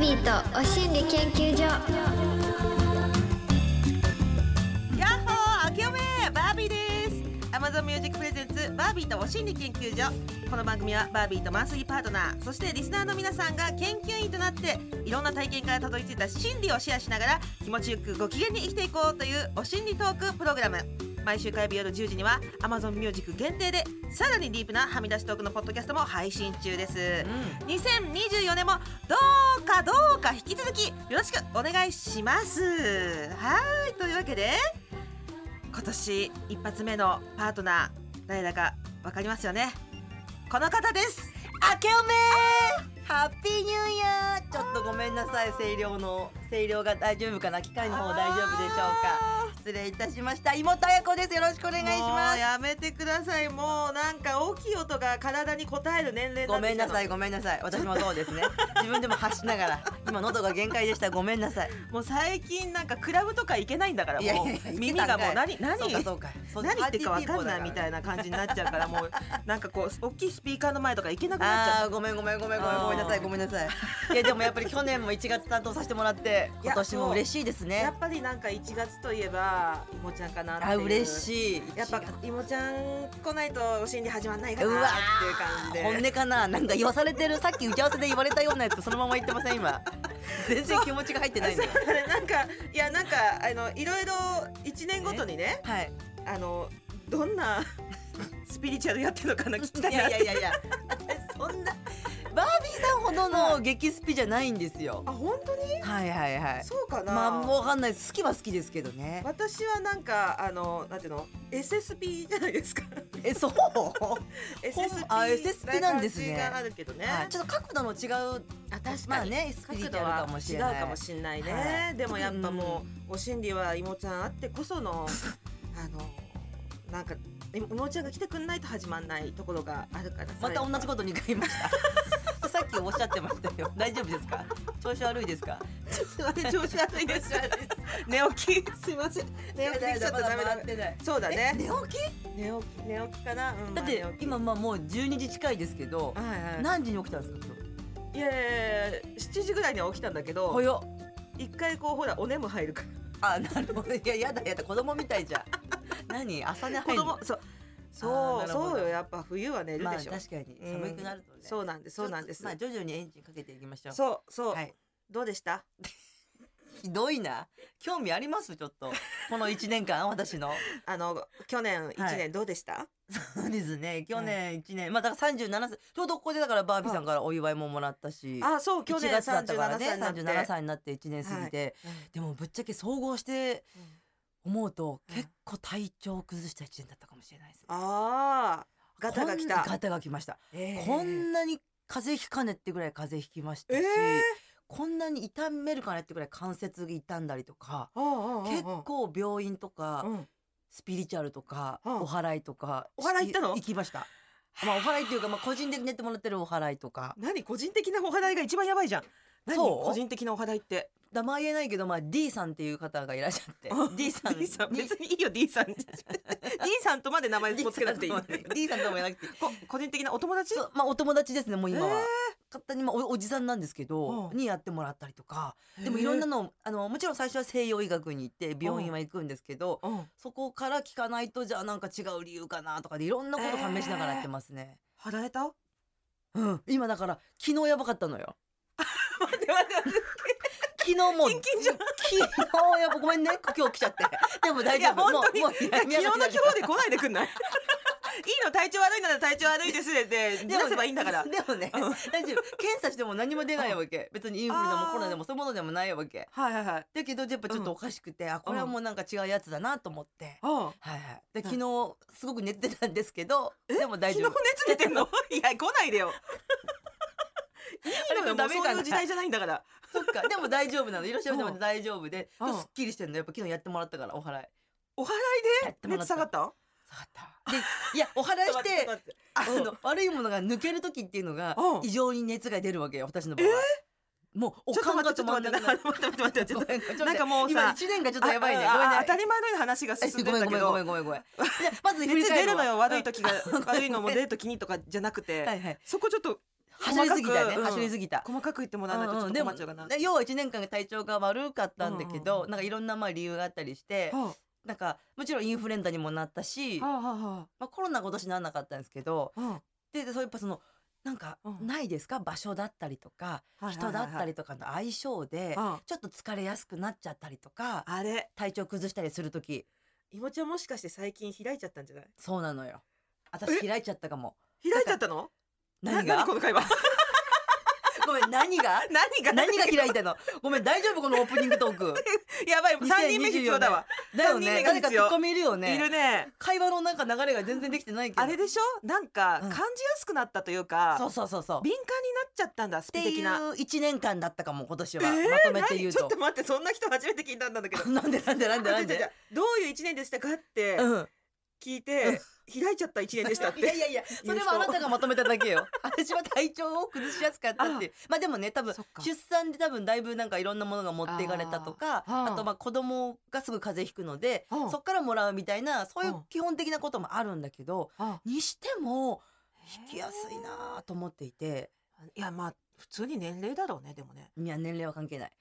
ビーとお心理研究所やっほー明けおめバービーです Amazon Music Presents バービーとお心理研究所この番組はバービーとマンスリーパートナーそしてリスナーの皆さんが研究員となっていろんな体験からたどり着いた心理をシェアしながら気持ちよくご機嫌に生きていこうというお心理トークプログラム毎週火曜日夜10時には Amazon Music 限定でさらにディープなはみ出しトークのポッドキャストも配信中です、2024年もどうかどうか引き続きよろしくお願いしますはいというわけで今年一発目のパートナー誰だかわかりますよねこの方です明けおめハッピーニューイヤーちょっとごめんなさい声量の声量が大丈夫かな機械の方大丈夫でしょうかか失礼いたしました妹彩子ですよろしくお願いしますやめてくださいもうなんか大きい音が体に応える年齢にごめんなさいいご めんなさい私もそうですね自分でも発しながら今喉が限界でしたごめんなさいもう最近なんかクラブとか行けないんだからいやいやもいやう耳がもう何何そうかそうかそう何言ってるかわかんないみパーティーピーポーだらたいな感じになっちゃうからもうなんかこう大きいスピーカーの前とか行けなくなっちゃあうーごめんごめんごめんごめんあーごめんなさいごめんなさいいやでもやっぱり去年も1月担当させてもらっていや今年も嬉しいですやねっぱりなんか1月といえばいもちゃんかなっていうあ嬉しいやっぱ1月いもちゃん来ないとお心理始まんないかうなわっていう感本じで音かななんか言わされてるさっき打ち合わせで言われたようなやつそのまま言ってません今全然気持ちが入ってないのよあれなんかいやなんかあのいろいろ1年ごとにねはいあのどんな スピリチュアルやってるのかな聞きいたやいいなってやいやいやそんなバービーさんほどの激スピじゃないんですよあ本当にはいはいはいそうかな、まあもうわかんない好きは好きですけどね私はなんかあのなんていうの SSP じゃないですかえそう SSP あ SSP なんですねな感じがあるけどね、はいちょっと角度の違うあ確かにまあねスピリ角チ度ュアはルかもし違れうないかもしれないね、はいでもやっぱもうお心理は芋ちゃんあってこそのあのなんか芋ちゃんが来てくんないと始まんないところがあるからさまた同じこと2回言いましたさっきおっしゃってましたよ大丈夫ですか調子悪いですかすいません調子悪いです寝起きすいません寝起きできちゃったらダメだってない そうだえね寝起き寝起き寝起きかな、うんだっまてあ寝起き今まあもう12時近いですけどはいはい何時に起きたんですかいやいやいや7時ぐらいには起きたんだけど早っ一回こうほらお眠入るからあなるほどいややだやだ子供みたいじゃん何朝寝入子る供のそあうそーうなるほどそうよやっぱ冬は寝るまあでし確ょ、かに寒くなるとねそうなんですそうなんです、ちょっとまあ徐々にエンジンかけていきましょうそうそう、はいどうでしたひどいな興味ありますちょっとこの1年間私のあの去年一年どうでした、そうですね去年1年、まあだから37歳ちょうどここでだからバービーさんからお祝いももらったしあそう去1年月だ37ったからね歳になって、 37歳になって1年過ぎて、でもぶっちゃけ総合して思うとうん結構体調を崩した一年だったかもしれないですね。ああガタが来たこんガタが来ました。えーこんなに風邪ひかねってぐらい風邪ひきましたし、えーこんなに痛めるかねってぐらい関節が痛んだりとか、ああああああ結構病院とか、うんスピリチュアルとか、うんお祓いとか。お祓い行ったの行きました。まあお祓いっていうか、まあ個人的にやってもらってるお祓いとか。何個人的なお祓いが一番やばいじゃん何そう個人的なお祓いって名前言えないけど、まあ D さんっていう方がいらっしゃって、D さん D さん別にいいよ D さん D さんとまで名前もつけなくていい D さんとも言わなくていい。こ個人的なお友達そうまあお友達ですねもう今は、えー勝手にまあおおじさんなんですけど、うんにやってもらったりとかでもいろんなの、のあのもちろん最初は西洋医学に行って病院は行くんですけど、うんそこから聞かないとじゃあなんか違う理由かなとかでいろんなこと試しながらやってますね、払えた待うん今だから昨日やばかったのよって待って待って昨日もうキンキンじゃん昨日やばごめんね今日来ちゃってでも大い丈や夫本も当うにもういや昨日の今日で来ないでくんない いいの体調悪いなら体調悪いですってずらせばいいんだからでもねうん大丈夫検査しても何も出ないわけ別にインフルでもコロナでもそういうものでもないわけはいはいはいだけどやっぱちょっとおかしくて、あこれはもうなんか違うやつだなと思って、あはいはいで昨日すごく寝てたんですけどでも大昨日丈夫熱出てんの いや来ない でよあいいれのよもダうメそうかいなう時代じゃないんだからそっかでも大丈夫なのいらっしゃるでもうん大丈夫でうんすっきりしてんのやっぱ昨日やってもらったからお払いお祓やいってでもら熱った下がった下がったでいやお払いしちょっとて待ってあ待っての悪いものが抜ける時っていうのがうん異常に熱が出るわけよ私の場合、もうおちょっとかん待がってち止ょまんなっと待ってくなる待って待って待ってご待ってめんごめんなんかもう今さ一年がちょっとやばいねあごめんあね当たり前のように話が進んでごるんめんだごけめんごめどんごめんごめんいやまず振り熱返出るるのよ悪いと時が悪いのごもめん出る時にとかじゃなくてはいはいそこちょっと走りすぎたね、細かくうん走りすぎた。細かく言ってもらわないとちょっと困っちゃうかな、でも要は1年間が体調が悪かったんだけうんうんど、うなんかいろんなまあ理由があったりして、はなんかもちろんインフルエンザにもなったし、あまはあはあはあ、コロナ今年なんなかったんですけどあうんででそうやっぱそのなんかうんないですか場所だったりとかはいはいはいはい人だったりとかの相性でうんちょっと疲れやすくなっちゃったりとかあれ体調崩したりする時いもちゃんもしかして最近開いちゃったんじゃないそうなのよ私開いちゃったかも開いちゃったの何ながこの会話 ごめん何が何が何が開いたのごめん大丈夫このオープニングトーク やばい3人目必要だわ、だよ三人目ねが誰かツ必要ッコミいるよいるねね会話のなんか流れが全然できてないけどあれでしょなんかうん感じやすくなったというか、そうそうそうそう敏感になっちゃったんだスっピてい的うな1年間だったかも今年は、えーまとめて言う何ちょとっと待ってそんな人初めて聞いたんだ けど なんでなんでなんでなん違う違う違でうどういう一年でしたかってうん聞いて、開いちゃった一年でしたっていやいやいやそれはあなたがまとめただけよ 私は体調を崩しやすかったっていうまあでもね多分そっか出産で多分だいぶなんかいろんなものが持っていかれたとかあーあとまあ子供がすぐ風邪ひくのでうんそっからもらうみたいなそういううん基本的なこともあるんだけどあにしても引きやすいなぁと思っていていやまあ普通に年齢だろうねでもねいや年齢は関係ない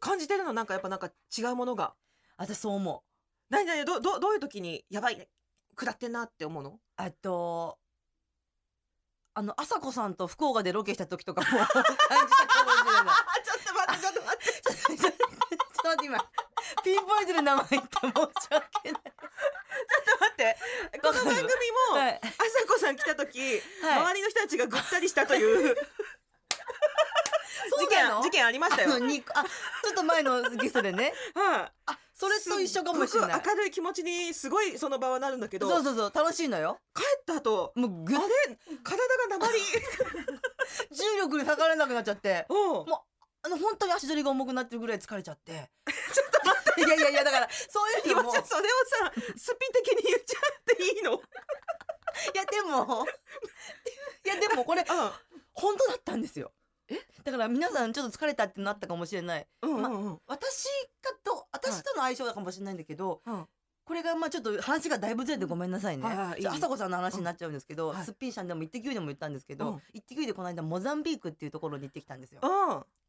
感じてるのなんかやっぱなんか違うものが私そう思う何何どどどういう時にやばい下ってんなって思うのあと、あの、あさこさんと福岡でロケした時とかも 感じたかもしれない。 ちょっと待ってちょっと待ってちょっとちょっとちょっと今、ピンポイントで名前言って申し訳ない。 待ってこの番組 もはあい。さこさん来た時、はい、周りの人たちがぐったりしたと いう事件事件ありましたよあ。のにあ、ちょっと前のゲストでね。はいあ、それと一緒かもしれなすっいごく。明るい気持ちにすごいその場はなるんだけどそうそうそう、楽しいのよ。帰った後もうぐっあれ体 が鉛重力に逆らえなくなっちゃって。おうもあの、本当に足取りが重くなってるぐらい疲れちゃって。ちょっと待って。いやいやいや、だから、そういう今のじも。いゃそれをさスピ的に言っちゃっていい の、や、でも、いや、でもこれ、本当だったんですよ。だから皆さんちょっと疲れたってなったかもしれない。うん、まうんうんうん私がと私との相性だかもしれないんだけど、うんこれがまあちょっと話がだいぶずれてごめんなさいね。はいはいいいちょ朝子さんの話になっちゃうんですけど、うんはいすっぴんしゃんでもイッテ Q でも言ったんですけうんど、イッテ Q でこの間モザンビークっていうところに行ってきたんですよ。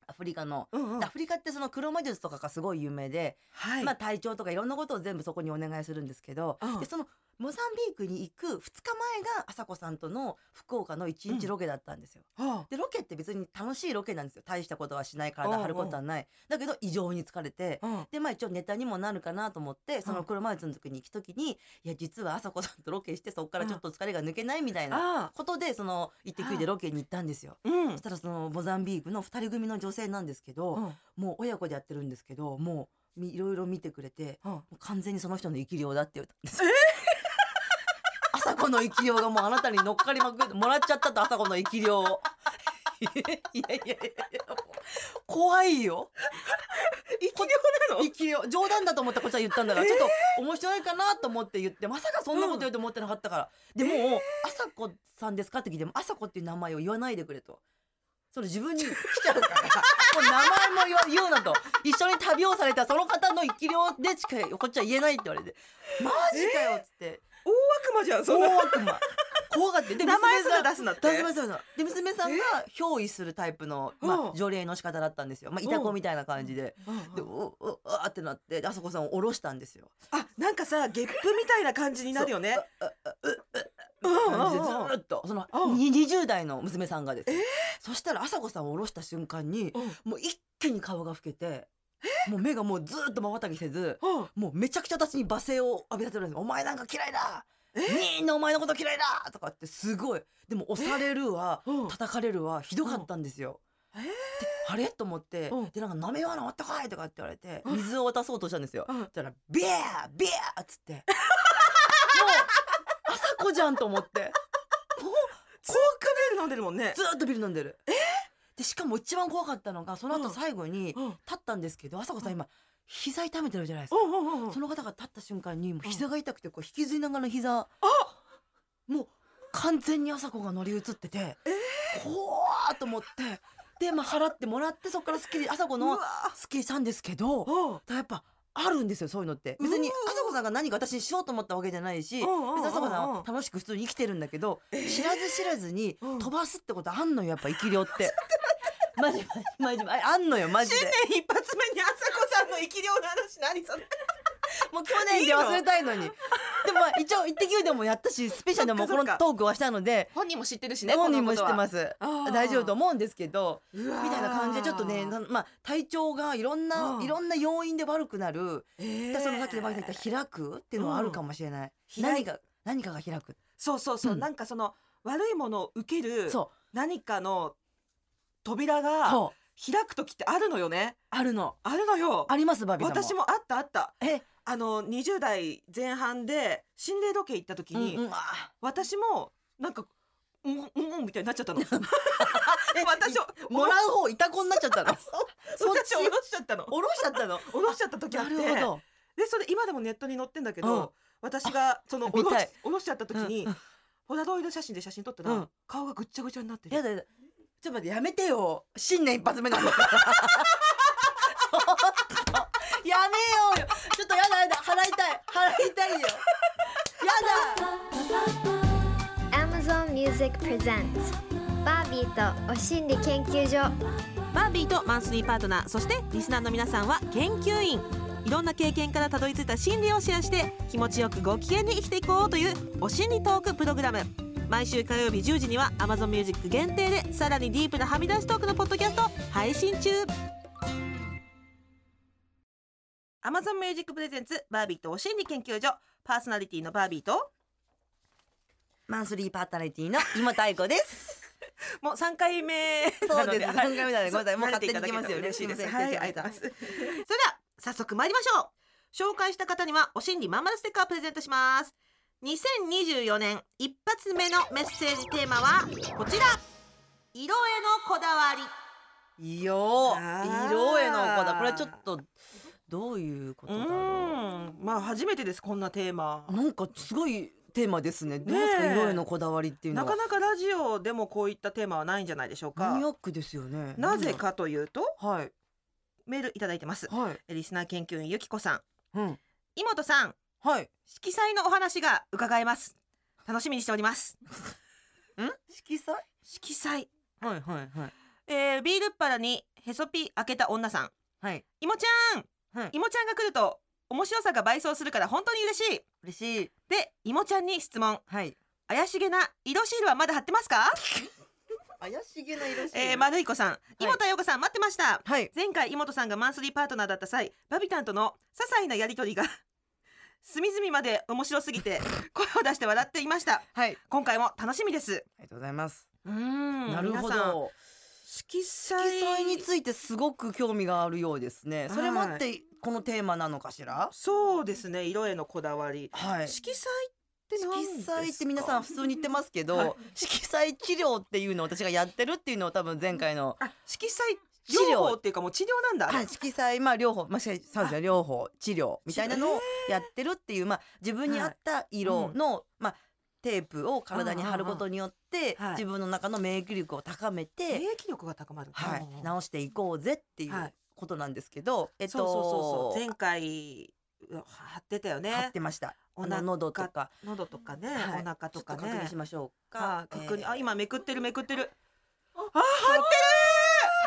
アフリカの。うんうんでアフリカってその黒魔術とかがすごい有名で、はい、まあ体調とかいろんなことを全部そこにお願いするんですけど、うんでそのモザンビークに行く2日前が朝子さんとの福岡の1日ロケだったんですよ。はでロケって別に楽しいロケなんですよ大したことはしない体張ることはないだけど異常に疲れてあうんでまあ一応ネタにもなるかなと思ってその車椅子の時に行く時にいや実はあさこさんとロケしてそこからちょっと疲れが抜けないみたいなあことでその「イッテ Q!」でロケに行ったんですよ。ーうんそしたらそのモザンビークの2人組の女性なんですけうどんもう親子でやってるんですけどもうみいろいろ見てくれてうんもう完全にその人の生き量だって言ったんですよ。あさこの生き量がもうあなたに乗っかりまくってもらっちゃったとあさこの生き量を。いやいやいやいやもう怖いよ生き量なの生き量冗談だと思ってこっちは言ったんだから、ちょっと面白いかなと思って言ってまさかそんなこと言うと思ってなかったから、でもう「あさこさんですか?」って聞いても「あさこっていう名前を言わないでくれ」と。それ自分に来ちゃう から、もう名前も言わ言うなと。一緒に旅をされたその方の生き量でしかこっちは言えないって言われて、マジかよっつって、大悪魔じゃんそんな大悪魔。怖がって。で名前す娘らさん出すなって出せますよなで娘さんが憑依するタイプの、まうんあ、除霊の仕方だったんですよ、まあ、いた子みたいな感じで。うんでううううあってなってであそこさんを下ろしたんですよ。あなんかさゲップみたいな感じになるよねそう。うんうん感じでずうんーっとそのうんに20代の娘さんがですよ、そしたらあさこさんを下ろした瞬間にうんもう一気に顔が老けてもう目がもうずーっとまばたきせずうんもうめちゃくちゃ私に罵声を浴びさせるんですよお前なんか嫌いだみんなお前のこと嫌いだとかってすごいでも押されるわうん叩かれるはひどかったんですよ。うんえーであれと思ってうんでなんか「なめようなあったかい」とかって言われてうん水を渡そうとしたんですよ。うんそしたら「ビャービャー」っつ ってもう朝子じゃんと思ってもうコークビール飲んでるもんねずーっとビール飲んでる。でしかも一番怖かったのがその後うん最後に立うんったんですけど朝子さん今膝痛めてるじゃないですか。うんうんうんうんその方が立った瞬間にもう膝が痛くてこう引きずりながら膝もう完全に朝子が乗り移ってて怖ーと思ってでまあ払ってもらってそこからスッキリ朝子うわのスッキリしたんですけどだかうんらやっぱあるんですよそういうのって別にうー朝子さんが何か私にしようと思ったわけじゃないしうんうんうんうん別にあさこさんは楽しく普通に生きてるんだけど知らず知らずに飛ばすってことあんのよやっぱ生き量って。マジマジマジああんのよマジで一発目にあさこさんの生き量の話何それもう去年で忘れたいのにでもまあ一応「イッテ Q!」でもやったしスペシャルでもこそっのかそっかトークはしたので 本人も知ってるしね本人も知こっのてことはますあー大丈夫と思うんですけどうわーみたいな感じでちょっとねなまあ体調がいろんうなんいろんな要因で悪くなるえーだからそのさっきのバイさん言った開くっていうのはあるかもしれないうん開何いか何かが開くそうそうそう、うんなんかその悪いものを受けるそ何かの扉うがそう開く時ってあるのよねあるのあるのよありますバービーさんも私もあったあったえあの20代前半で心霊ロケ行った時に、うんうんあ私もなんかうんうんうんみたいになっちゃった の 私をもらう方いたこになっちゃったのそっ私ちを下ろしちゃったのおろしちゃったの下ろしちゃった時あなってるほどでそれ今でもネットに載ってんだけうんど私がその見下ろたしい下ろしちゃった時にうんうんポラロイド写真で写真撮ったうらん顔がぐっちゃぐちゃになってやるだやだちょっと待ってやめてよ新年一発目なのやめようよちょっとやだやだ払いたい払いたいよやだ Amazon Music Presents バービーとお心理研究所バービーとマンスリーパートナーそしてリスナーの皆さんは研究員いろんな経験からたどり着いた心理をシェアして気持ちよくご機嫌に生きていこうというお心理トークプログラム毎週火曜日10時には Amazon Music 限定でさらにディープなはみ出しトークのポッドキャストを配信中 Amazon Music プレゼンツバービーとお心理研究所パーソナリティのバービーとマンスリーパータナリティの今太鼓ですもう3回目そうですなの三回目なのでごめんなさいもう慣勝れて手に行ただきけまますすよよ嬉しいですすいまはせんいありがとうございますそれでは早速参りましょう紹介した方にはお心理まんまるステッカーをプレゼントします2024年一発目のメッセージテーマはこちら色へのこだわりいいよあー色へのこだこれはちょっとどういうことだろんまあ初めてですこんなテーマうなんかすごいテーマですねどうねえですか色へのこだわりっていうのなはかなかラジオでもこういったテーマはないんじゃないでしょうマニアかックですよねなぜかというとはいメールいただいてますはいリスナー研究員ゆきこさんうん妹さんはい色彩のお話が伺えます楽しみにしております色彩色彩はいはいはいえー、ビールっ腹にへそぴ開けた女さんはいいもちゃんはいいもちゃんが来ると面白さが倍増するから本当に嬉しい嬉しいでいもちゃんに質問はい怪しげな色シールはまだ貼ってますか、怪しげな色えー、丸いこさん妹田陽子さん待ってましたはい前回妹さんがマンスリーパートナーだった際バビタンとの些細なやりとりが 隅々まで面白すぎて声を出して笑っていましたはいあり今回も楽しみですがとうございますうーんなるほ皆さんど色彩色彩についてすごく興味があるようですねそれもあってこのテーマなのかしらそうですね色へのこだわりはい色彩って何ですか色彩って皆さん普通に言ってますけど、色彩治療っていうのを私がやってるっていうのを多分前回のあ色彩治療療法っていうかもう治療なんだあれあ色彩まあ両方まあそうですね両方治療みたいなのをやってるっていうまあ自分に合った色の、まあテープを体に貼ることによって、うんうんうんはい自分の中の免疫力を高めて、免疫力が高まるはおいー、直していこうぜっていはういことなんですけど、えっとそうそうそうそう前回貼ってたよ貼っねてました。おあ腹の喉とか、喉とかね、はいお腹とかちょっ確認ねしましょうあか。確認、えーあ今めくってるめくってる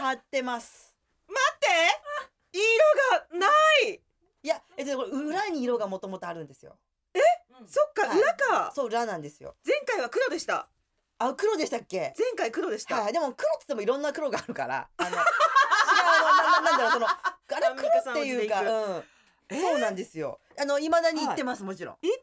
貼ってます。で色がないいや、えっとこれ裏に色がもともとあるんですよ。そっか、はい裏かそう裏なんですよ。前回は黒でしたあ黒でしたっけ？前回黒でした、はい、でも黒って言ってもいろんな黒があ るから。あの違うあのなななんだろうそのあれ黒っていうか、アンミカうんそうなんですよ。あの未だに言ってます、もちろん。言って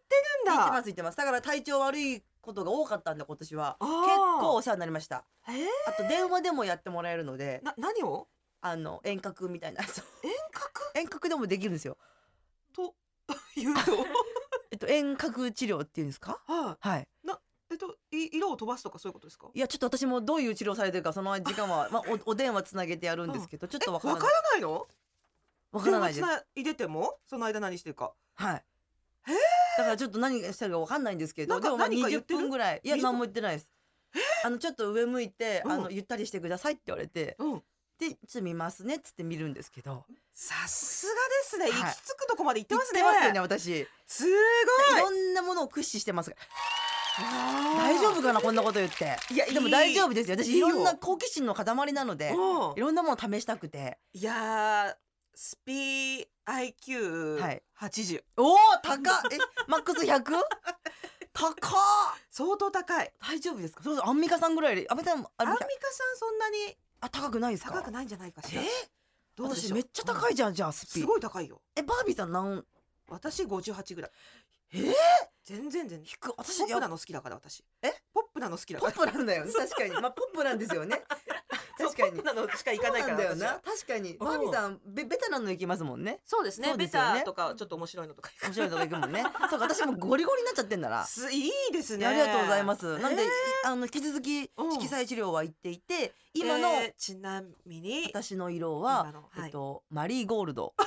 るん言ってまだす言ってます。だから体調悪いことが多かったんで今年はあー結構お世話になりました。えーあと電話でもやってもらえるので、な何をあの遠隔みたいな、そう遠隔遠隔でもできるんですよ。と言うとえっと遠隔治療っていうんですか？ ははい。いなえっとい色を飛ばすとかそういうことですかいやちょっと私もどういう治療されてるかその時間はまあおお電話つなげてやるんですけどちょっとわわからからないないのわからないで電す。話つないでてもその間何してるかはい。だからちょっと何がしたるかわかんないんですけなど、んかでもまあ何か言20ってる分ぐらい、いや20何も言ってないです。あのちょっと上向いて、うんあのゆったりしてくださいって言われて、うんでちょっと見ますねっつって見るんですけど、さすがですね。はい行き着くとこまで行って言ますね。ますよね私すごい。いろんなものを駆使してます大丈夫かなこんなこと言っていやでも大丈夫ですよいい私いよろんな好奇心の塊なので夫い。ろんなものを試したくていやー、スピーは IQ い八十、おお高っえ マックス 100? 高っ相当高い。大丈夫ですかそうそうアンミカさんぐらいより安倍さんもアあンミれカさんそんなにあ高くないですか高くないんじゃないかしら。えどうでし私ょうめっちゃ高いじゃんじゃあスピすごい高いよ。えバービーさんなん私五十八ぐらい。えー全然全然。低く私ポップやなの好きだから私。え？ポップなの好きだポかッら。プなんだよね確かにまあポップなんです よね 確かにそうポップなのしか行かないからそうなんだよ私なは。確かにうんバービーさんベベタなの行きますもんねそうですねそうでベすよねタとかちょっと面白いのとか。面白いとこ行くもんね そうか私もゴリゴリになっちゃってんだらすいいですいね。。やありがとうございますすなんでえいあの引き続きうん色彩治療は行っていて今のえーちなみに私の色今はのえはいっとマリーゴール ド可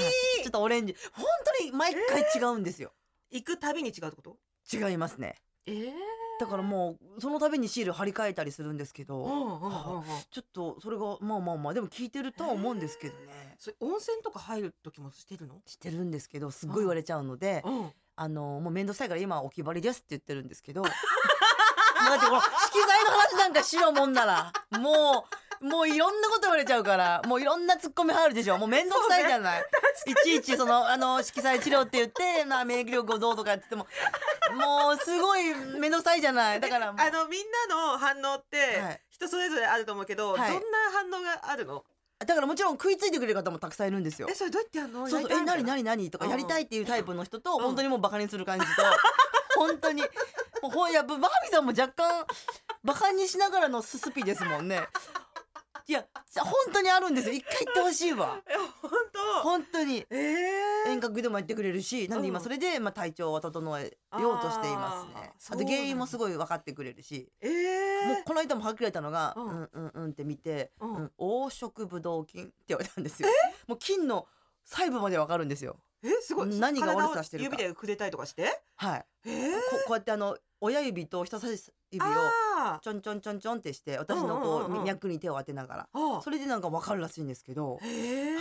愛いちょっとオレンジ本当に毎回違うんですよ行くたびに違うってこと？違いますねええ。だからもうその度にシール貼り替えたりするんですけうんうどんうんうん。ちょっとそれがまあまあまあでも聞いてるとは思うんですけどねそれ温泉とか入る時もしてるの？してるんですけどすっごい言われちゃうので うん。あのもう面倒くさいから今はお決まりですって言ってるんですけどだって この色彩の話なんかしようもんならもうもういろんなこと言われちゃうからもういろんなツッコミ入るでしょもう面倒くさいじゃない、いちいちそのあの色彩治療って言って、まあ、免疫力をどうとかって言ってももうすごい面倒くさいじゃないだからもうあのみんなの反応ってはい人それぞれあると思うけど、はいどんな反応があるの？だからもちろん食いついてくれる方もたくさんいるんですよえ。それどうやってやるの？そうそうやえりた何いみたい何何とかうんやりたいっていうタイプの人と、うん本当にもうバカにする感じと 本当にもうほんやっぱバービーさんも若干バカにしながらのススピですもんね。いや本当にあるんですよ一回言ってほしいわえ本当。本当にええ遠隔でも言ってくれるしなんでう今んそれでまあ体調を整えようとしていますねあーあそうなとんだ原因もすごい分かってくれるしえもうえこの間もはっきり言ったのが「ううんんうんうん」って見て「ううんん黄色ブドウ菌」って言われたんですよもう菌の細部まで分かるんですよえすごい。何が悪さしてるか体を指でくれたりとかして。はいええこ こうやってあの親指と人差し指をあちょんちょんちょんちょんってして私のうんうこんうんうんう脈に手を当てながらあ。ああそれでなんかわかるらしいんですけどえ、え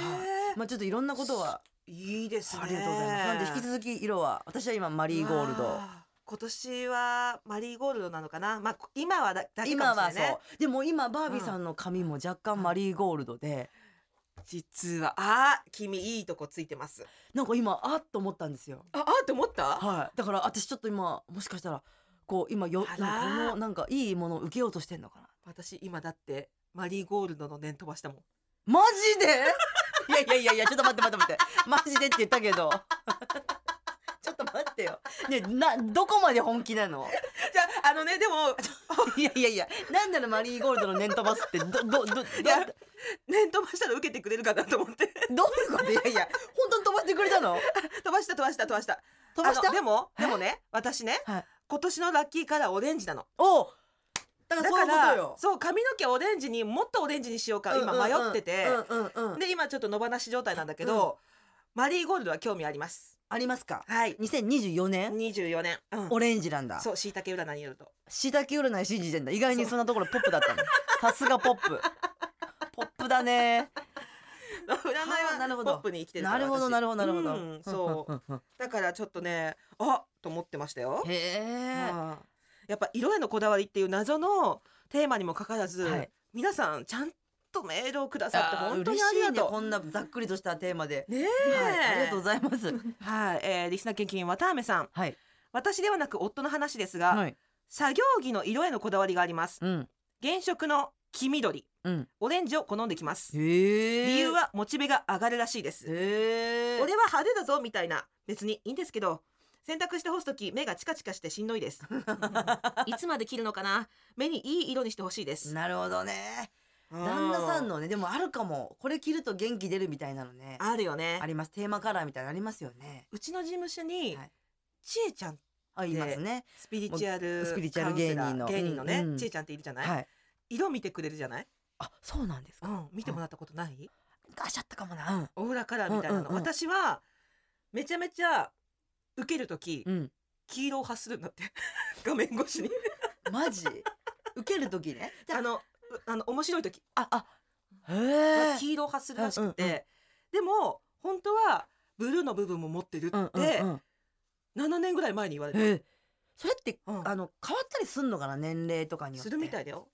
まあ、ちょっといろんなことははいいですね。ありがとうございますなんで引き続き色は私は今マリーゴールうドわあ。今年はマリーゴールドなのかな。まあこ今はだだけか今もはしそ。れないうでも今バービーさんの髪も若干マリーゴールドで実はああ君いいとこついてます。なんか今あっと思ったんですよああって思った？はいだから私ちょっと今もしかしたらこう今よあなんかこのらなんかいいものを受けようとしてんのかな私今だってマリーゴールドの念飛ばしたもん。マジでいやいやいやいやちょっと待って待って待ってマジでって言ったけどちょっと待ってよねえなどこまで本気なのじゃああのねでもいやいやいやなんならマリーゴールドの念飛ばすってどどどどどういや念飛ばしたら受けてくれるかなと思っていうこといやいや本当に飛ばしてくれたの飛ばした飛ばした飛ばした飛ばしあたのでもでもね私ね、はい今年のラッキーカラーオレンジなのおうだからだそうかいうことらよそう髪の毛オレンジにもっとオレンジにしようか今迷ってて、うんうんうんうんで今ちょっと野放し状態なんだけど、マリーゴールドは興味ありますありますかはい2024年24年、うん、オレンジなんだそうしいたけ占いによると しいたけ占い信じてんだ意外にそんなところポップだったねさすがポップポップだね占いはあなるはほポどップに生きてるかならるほど私なるほどなるほど、うんそううんだからちょっとねあと思ってましたようんへえ、ああやっぱ色へのこだわりっていう謎のテーマにもかかわらず、はい皆さんちゃんとメールをくださってあー本当に嬉あしいりがねとこんなざっくりとしたテーマで、う。ねえ、はい、ありがとうござい ますはいえーリスナー研究員渡辺さんはい私ではなく夫の話ですが、はい作業着の色へのこだわりがありますうん現職の黄緑うんオレンジを好んできますへえ理由はモチベが上がるらしいですへえ俺は派手だぞみたいな別にいいんですけど洗濯して干す時目がチカチカしてしんど いですいつまで切るのかな目にいい色にしてほしいですなるほどね旦那さんのねでもあるかもこれ着ると元気出るみたいなのねああるよねりますテーマカラーみたいなのありますよねうちの事務所に、はいちえちゃんあいますねスピリチュアルスピリチュアル芸人のカウンセラー芸人のね、うんうんちえちゃんっているじゃない、はい色見てくれるじゃないあそうなんですうか、ん見てもらったことない、ガシャったかもなオーラカラーみたいなうの、んうんうん私はめちゃめちゃ受ける時、うん、黄色を発するんだって 画面越しに うん、マジ受ける時ねじゃああのうあの面白い時ああへがえ黄色を発するらしくて、でも本当はブルーの部分も持ってるって、7年ぐらい前に言われてる、ええそれって、うんあの変わったりすんのかな年齢とかによってするみたいいだよ、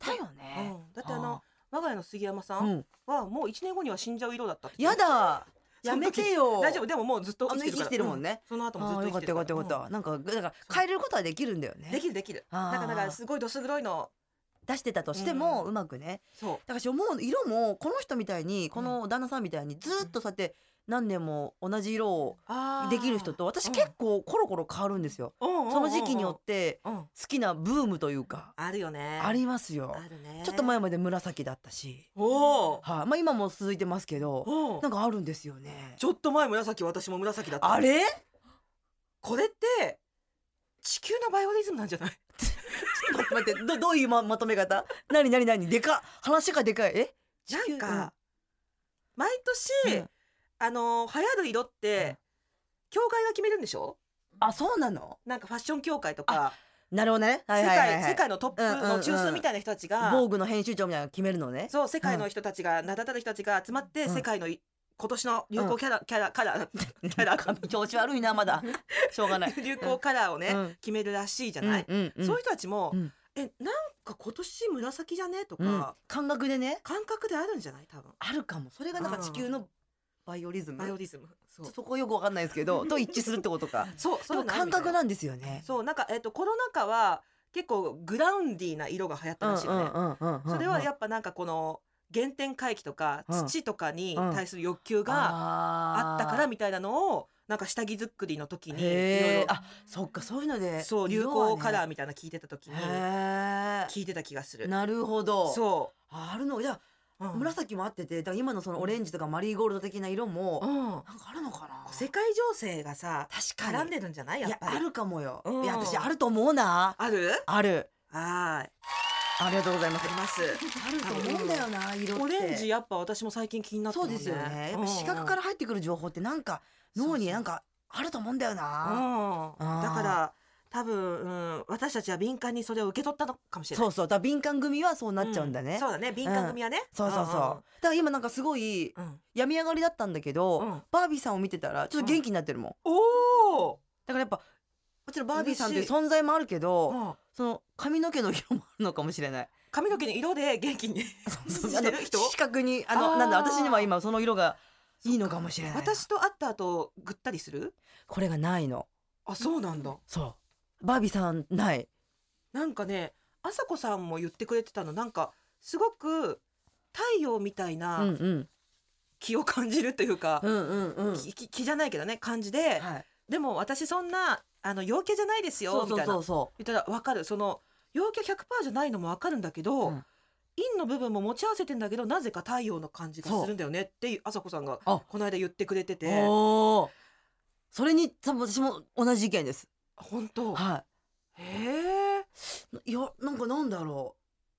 だようね、ん、だってあの我が家の杉山さあーうんんはもう1年後には死んじゃう色だったってやだやめてよ大丈夫でももうずっとあの生きてるもんね、ね、うんその後もずああっよと生かっきたてよかるからったよかった、なんかだから変えることはできるんだようねんできるできるあーだからだからすごいどす黒いの出してたとしても、ううまくねそうだから私思う色もこの人みたいにこの旦那さんみたいにずっとそうやって何年も同じ色をあーできる人と私結構コロコロ変わるんですよ、うんうんうんうんその時期によってうん好きなブームというか、あるよねありますよ、あるねちょっと前まで紫だったし、おーはい、まあ今も続いてますけど、おなーんかあるんですよねち。ょっと前紫私も紫だったあれ？ これって地球のバイオリズムなんじゃない待って待ってどどういうままとめ方？なになになにでかっ話がでかいえ？なんか、毎年、うんあのー流行る色って、うん協会が決めるんでしょあそうなの？なんかファッション協会とか、なるほどね。はい世はいはい、界はい。世界のトップうんうんうのん中枢みたいな人たちが、防具の編集長みたいなの決めるのね。そう世界の人たちが、名だたる人たちが集まって、うん世界のい今年の流行キャラ、キャラカラーキャラ調子 悪いなま だ。しょうがない。 流行カラーをね、うん決めるらしいじゃない、うんうんそういう人たちも、うんえなんか今年紫じゃねとか、うん感覚でね感覚であるんじゃない多分あるかも。それがなんか地球のバイオリズムバイ。オリズムそうそこよくわかんないですけ どと一致するってことか。そうでそもう感覚ななんですよね。そうなんかえっ、とコロナ禍は結構グラウンディーな色が流行ったらしいよね、それはやっぱなんかこの原点回帰とかうん土とかにうん対する欲求ががあったからみたいなのをなんか下着作りの時にいろいへーろあそっかそういうのでそう流行カラーみたいなの聞いてた時に色はね聞いてた気がすへーるなるほどそああるのいやう、うん、紫もあっててだから今のそのオレンジとかマリーゴールド的な色うもんなんかあるのかな世界情勢がさ確絡かんにでるんじゃないいやっやぱりあるかもようんいや私あると思うなあるあるあありがとうございまーあすりますあると思うんだよな色ってオレンジやっぱ私も最近気になったそもうんねですよねやっうんぱ視覚から入ってくる情報ってなんか脳になんかあると思うんだよなうんあーだから多分、うん、私たちは敏感にそれを受け取ったのかもしれないそうそうだから敏感組はそうなっちゃうんだうねそうだね敏感組はね、そうそうそうだから今なんかすごいうんうん病み上がりだったんだけど、うんバービーさんを見てたらちょっと元気になってるもん、おおだからやっぱもちろんバービーさんという嬉しい存在もあるけど、ーその髪の毛の色もあるのかもしれない髪の毛の色で元気にしてる人あの視覚にあのあーなんだ私には今その色がいいのかもしれない私と会った後ぐったりするこれがないのあそうなんだそうバービーさんないなんかね朝子さんも言ってくれてたのなんかすごく太陽みたいうんうなん気を感じるというか、うんうんうん気気気じゃないけどね感じで、はいでも私そんなあの陽キャじゃないですよそうそみたういなそうそ言ったらわかるその陽キャ100%じゃないのもわかるんだけど、うん陰の部分も持ち合わせてんだけどなぜか太陽の感じがするんだよねっていう朝子さんがあこの間言ってくれてう、ておおそれに多分私も同じ意見です本当はいへえいやなんかなんだろ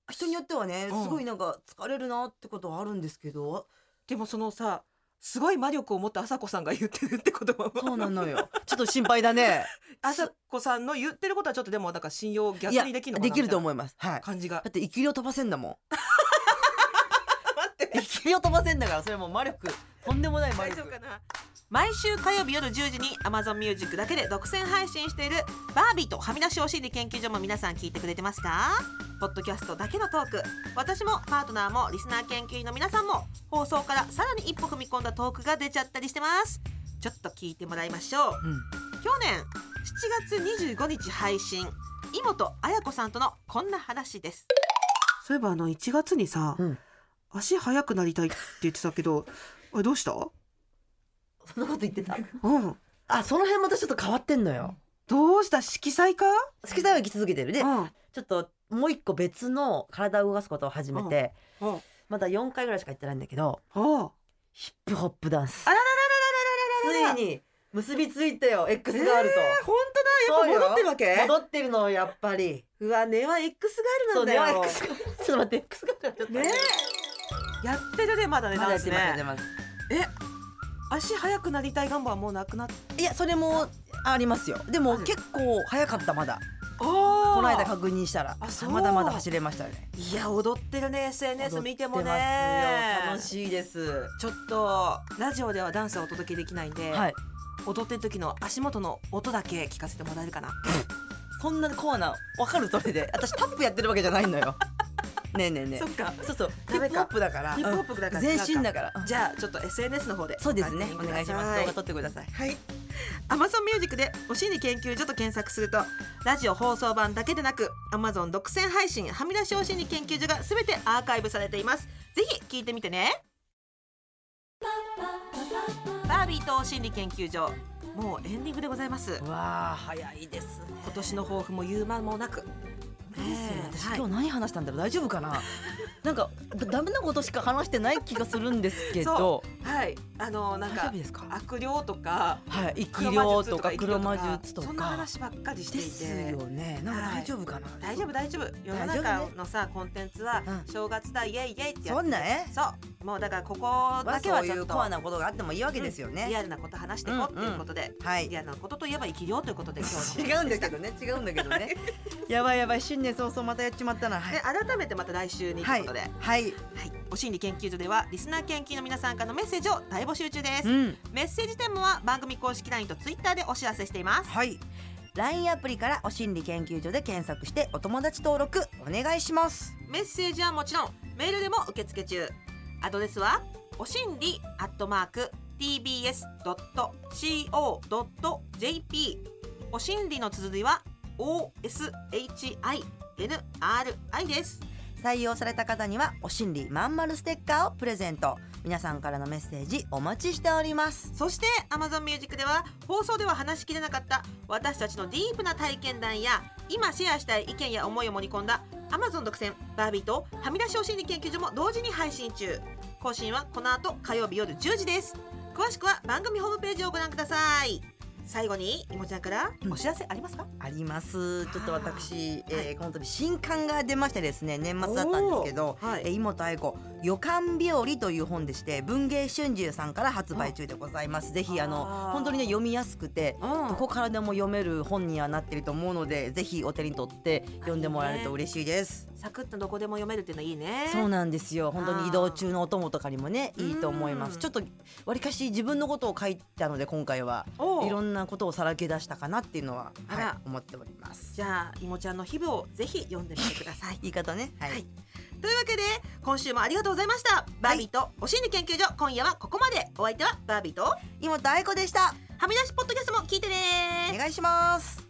う人によってはね、うんすごいなんか疲れるなってことはあるんですけどでもそのさすごい魔力を持った朝子さんが言ってるってことはそうなのよちょっと心配だね朝子さんの言ってることはちょっとでもなんか信用 逆いやにできるのかでなきるとう思いますはいだ感じがって生きりを飛ばせんだ もん待って生きりを飛ばせんだからそれもう魔力とんでもない魔大力丈夫かな毎週火曜日夜10時に Amazon Music だけで独占配信している「バービーとはみ出しお心理研究所」も皆さん聞いてくれてますかポッドキャストだけのトーク私もパートナーもリスナー研究員の皆さんも放送からさらに一歩踏み込んだトークが出ちゃったりしてますちょっと聞いてもらいましょううん去年7月25日配信井本彩子さんとのこんな話ですそういえばあの1月にさ、うん足速くなりたいって言ってたけどあれどうしたそんなこと言ってたうん。あその辺またちょっと変わってんのよどうした色彩か？色彩は生き続けてるで、ん。ちょっともう一個別の体を動かすことを始めて、うんうんまだ4回ぐらいしか行ってないんだけどお。ヒップホップダンスあらららららららららついに結びついたよ X があると、本当だ。そうやよっぱ戻ってるわけ？戻ってるのやっぱりうわ、根は X ガそーうルなねんだよ。 X がちょっと待って X がちょっとねえ。やってるねまだねまだダやっンスてますやってね。ます足速くなりたい願望はもうなくなっいやそれもありますよであもる結構早かったまだここの間確認したらあそうまだまだ走れましたねいや踊ってるね SNS 見てもね踊ってますよ楽しいですちょっとラジオではダンスはお届けできないんで、はい踊ってる時の足元の音だけ聞かせてもらえるかなそんなコアなわかるそれで私タップやってるわけじゃないの よねえねえねえっかそうそうヒダッメプホッかプだからヒップホップだから全身だだからじゃあちょっと SNS の方でそうですね確お認くださ願いします動画撮ってくださいはい。Amazon Music でお心理研究所と検索すると、ラジオ放送版だけでなく、Amazon 独占配信はみ出しお心理研究所がすべてアーカイブされています。ぜひ聞いてみてね。バービーとお心理研究所、もうエンディングでございます。うわあ早いですね今年の抱負も言う間もなく私、はい今日何話したんだろう大丈夫かな なんかだダメなことしか話してない気がするんですけどはいあのなん大丈か夫ですか悪霊とかはい生き黒量魔と術か黒魔生き霊術とかそんな話ばっかりしてでいてすよねなんか大丈夫かな、大丈夫大丈夫世大の丈中夫ねのさコンテンツはうん正月だイエイイエイってやそんなねそうもうだからここだだけけははそうちいょっうとコアなことがあってもいいわけですよリね、アルなこと話していこうっていうことで、はリアルなことといえば生き量ということで今日の違うんだけどね違うんだけど ねやばいやばい新年早々またやっちまったなはでい改めてまた来週にとはいいうことで、はいはい、お心理研究所ではリスナー研究の皆さんからのメッセージを大募集中です、んメッセージテーマは番組公式 LINE と Twitter でお知らせしていますはい LINE アプリからお心理研究所で検索してお友達登録お願いしますメッセージはもちろんメールでも受付中アドレスはおしんりアットマーク tbs.co.jp おしんりの綴りは oshinri です採用された方にはお心理まんまるステッカーをプレゼント皆さんからのメッセージお待ちしておりますそして Amazon Music では放送では話しきれなかった私たちのディープな体験談や今シェアしたい意見や思いを盛り込んだ Amazon 独占バービーとはみ出しお心理研究所も同時に配信中更新はこの後火曜日夜10時です詳しくは番組ホームページをご覧ください最後にいもちゃんからお知らせありますか、ありますちょっと私、はえー、この度新刊が出ましてですね年末だったんですけどおーは「いえー、妹愛子予感日和」という本でして文芸春秋さんから発売中でございますぜひあのあー本当にね読みやすくてうんどこからでも読める本にはなってると思うのでぜひお手に取って読んでもらえると嬉しいです、サクッとどこでも読めるっていうのいいねそうなんですよ本当に移動中のお供とかにもねあーいいと思いまうすんちょっとわりかし自分のことを書いたので今回はおういろんなことをさらけ出したかなっていうのは、あはらい、思っておりますじゃあいもちゃんの日々をぜひ読んでみてください言い方ねははいいというわけで今週もありがとうございましたバービーとお心理研究所今夜はここまでお相手はバービーとは妹愛子でしたみ出しポッドキャストも聞いてねお願いします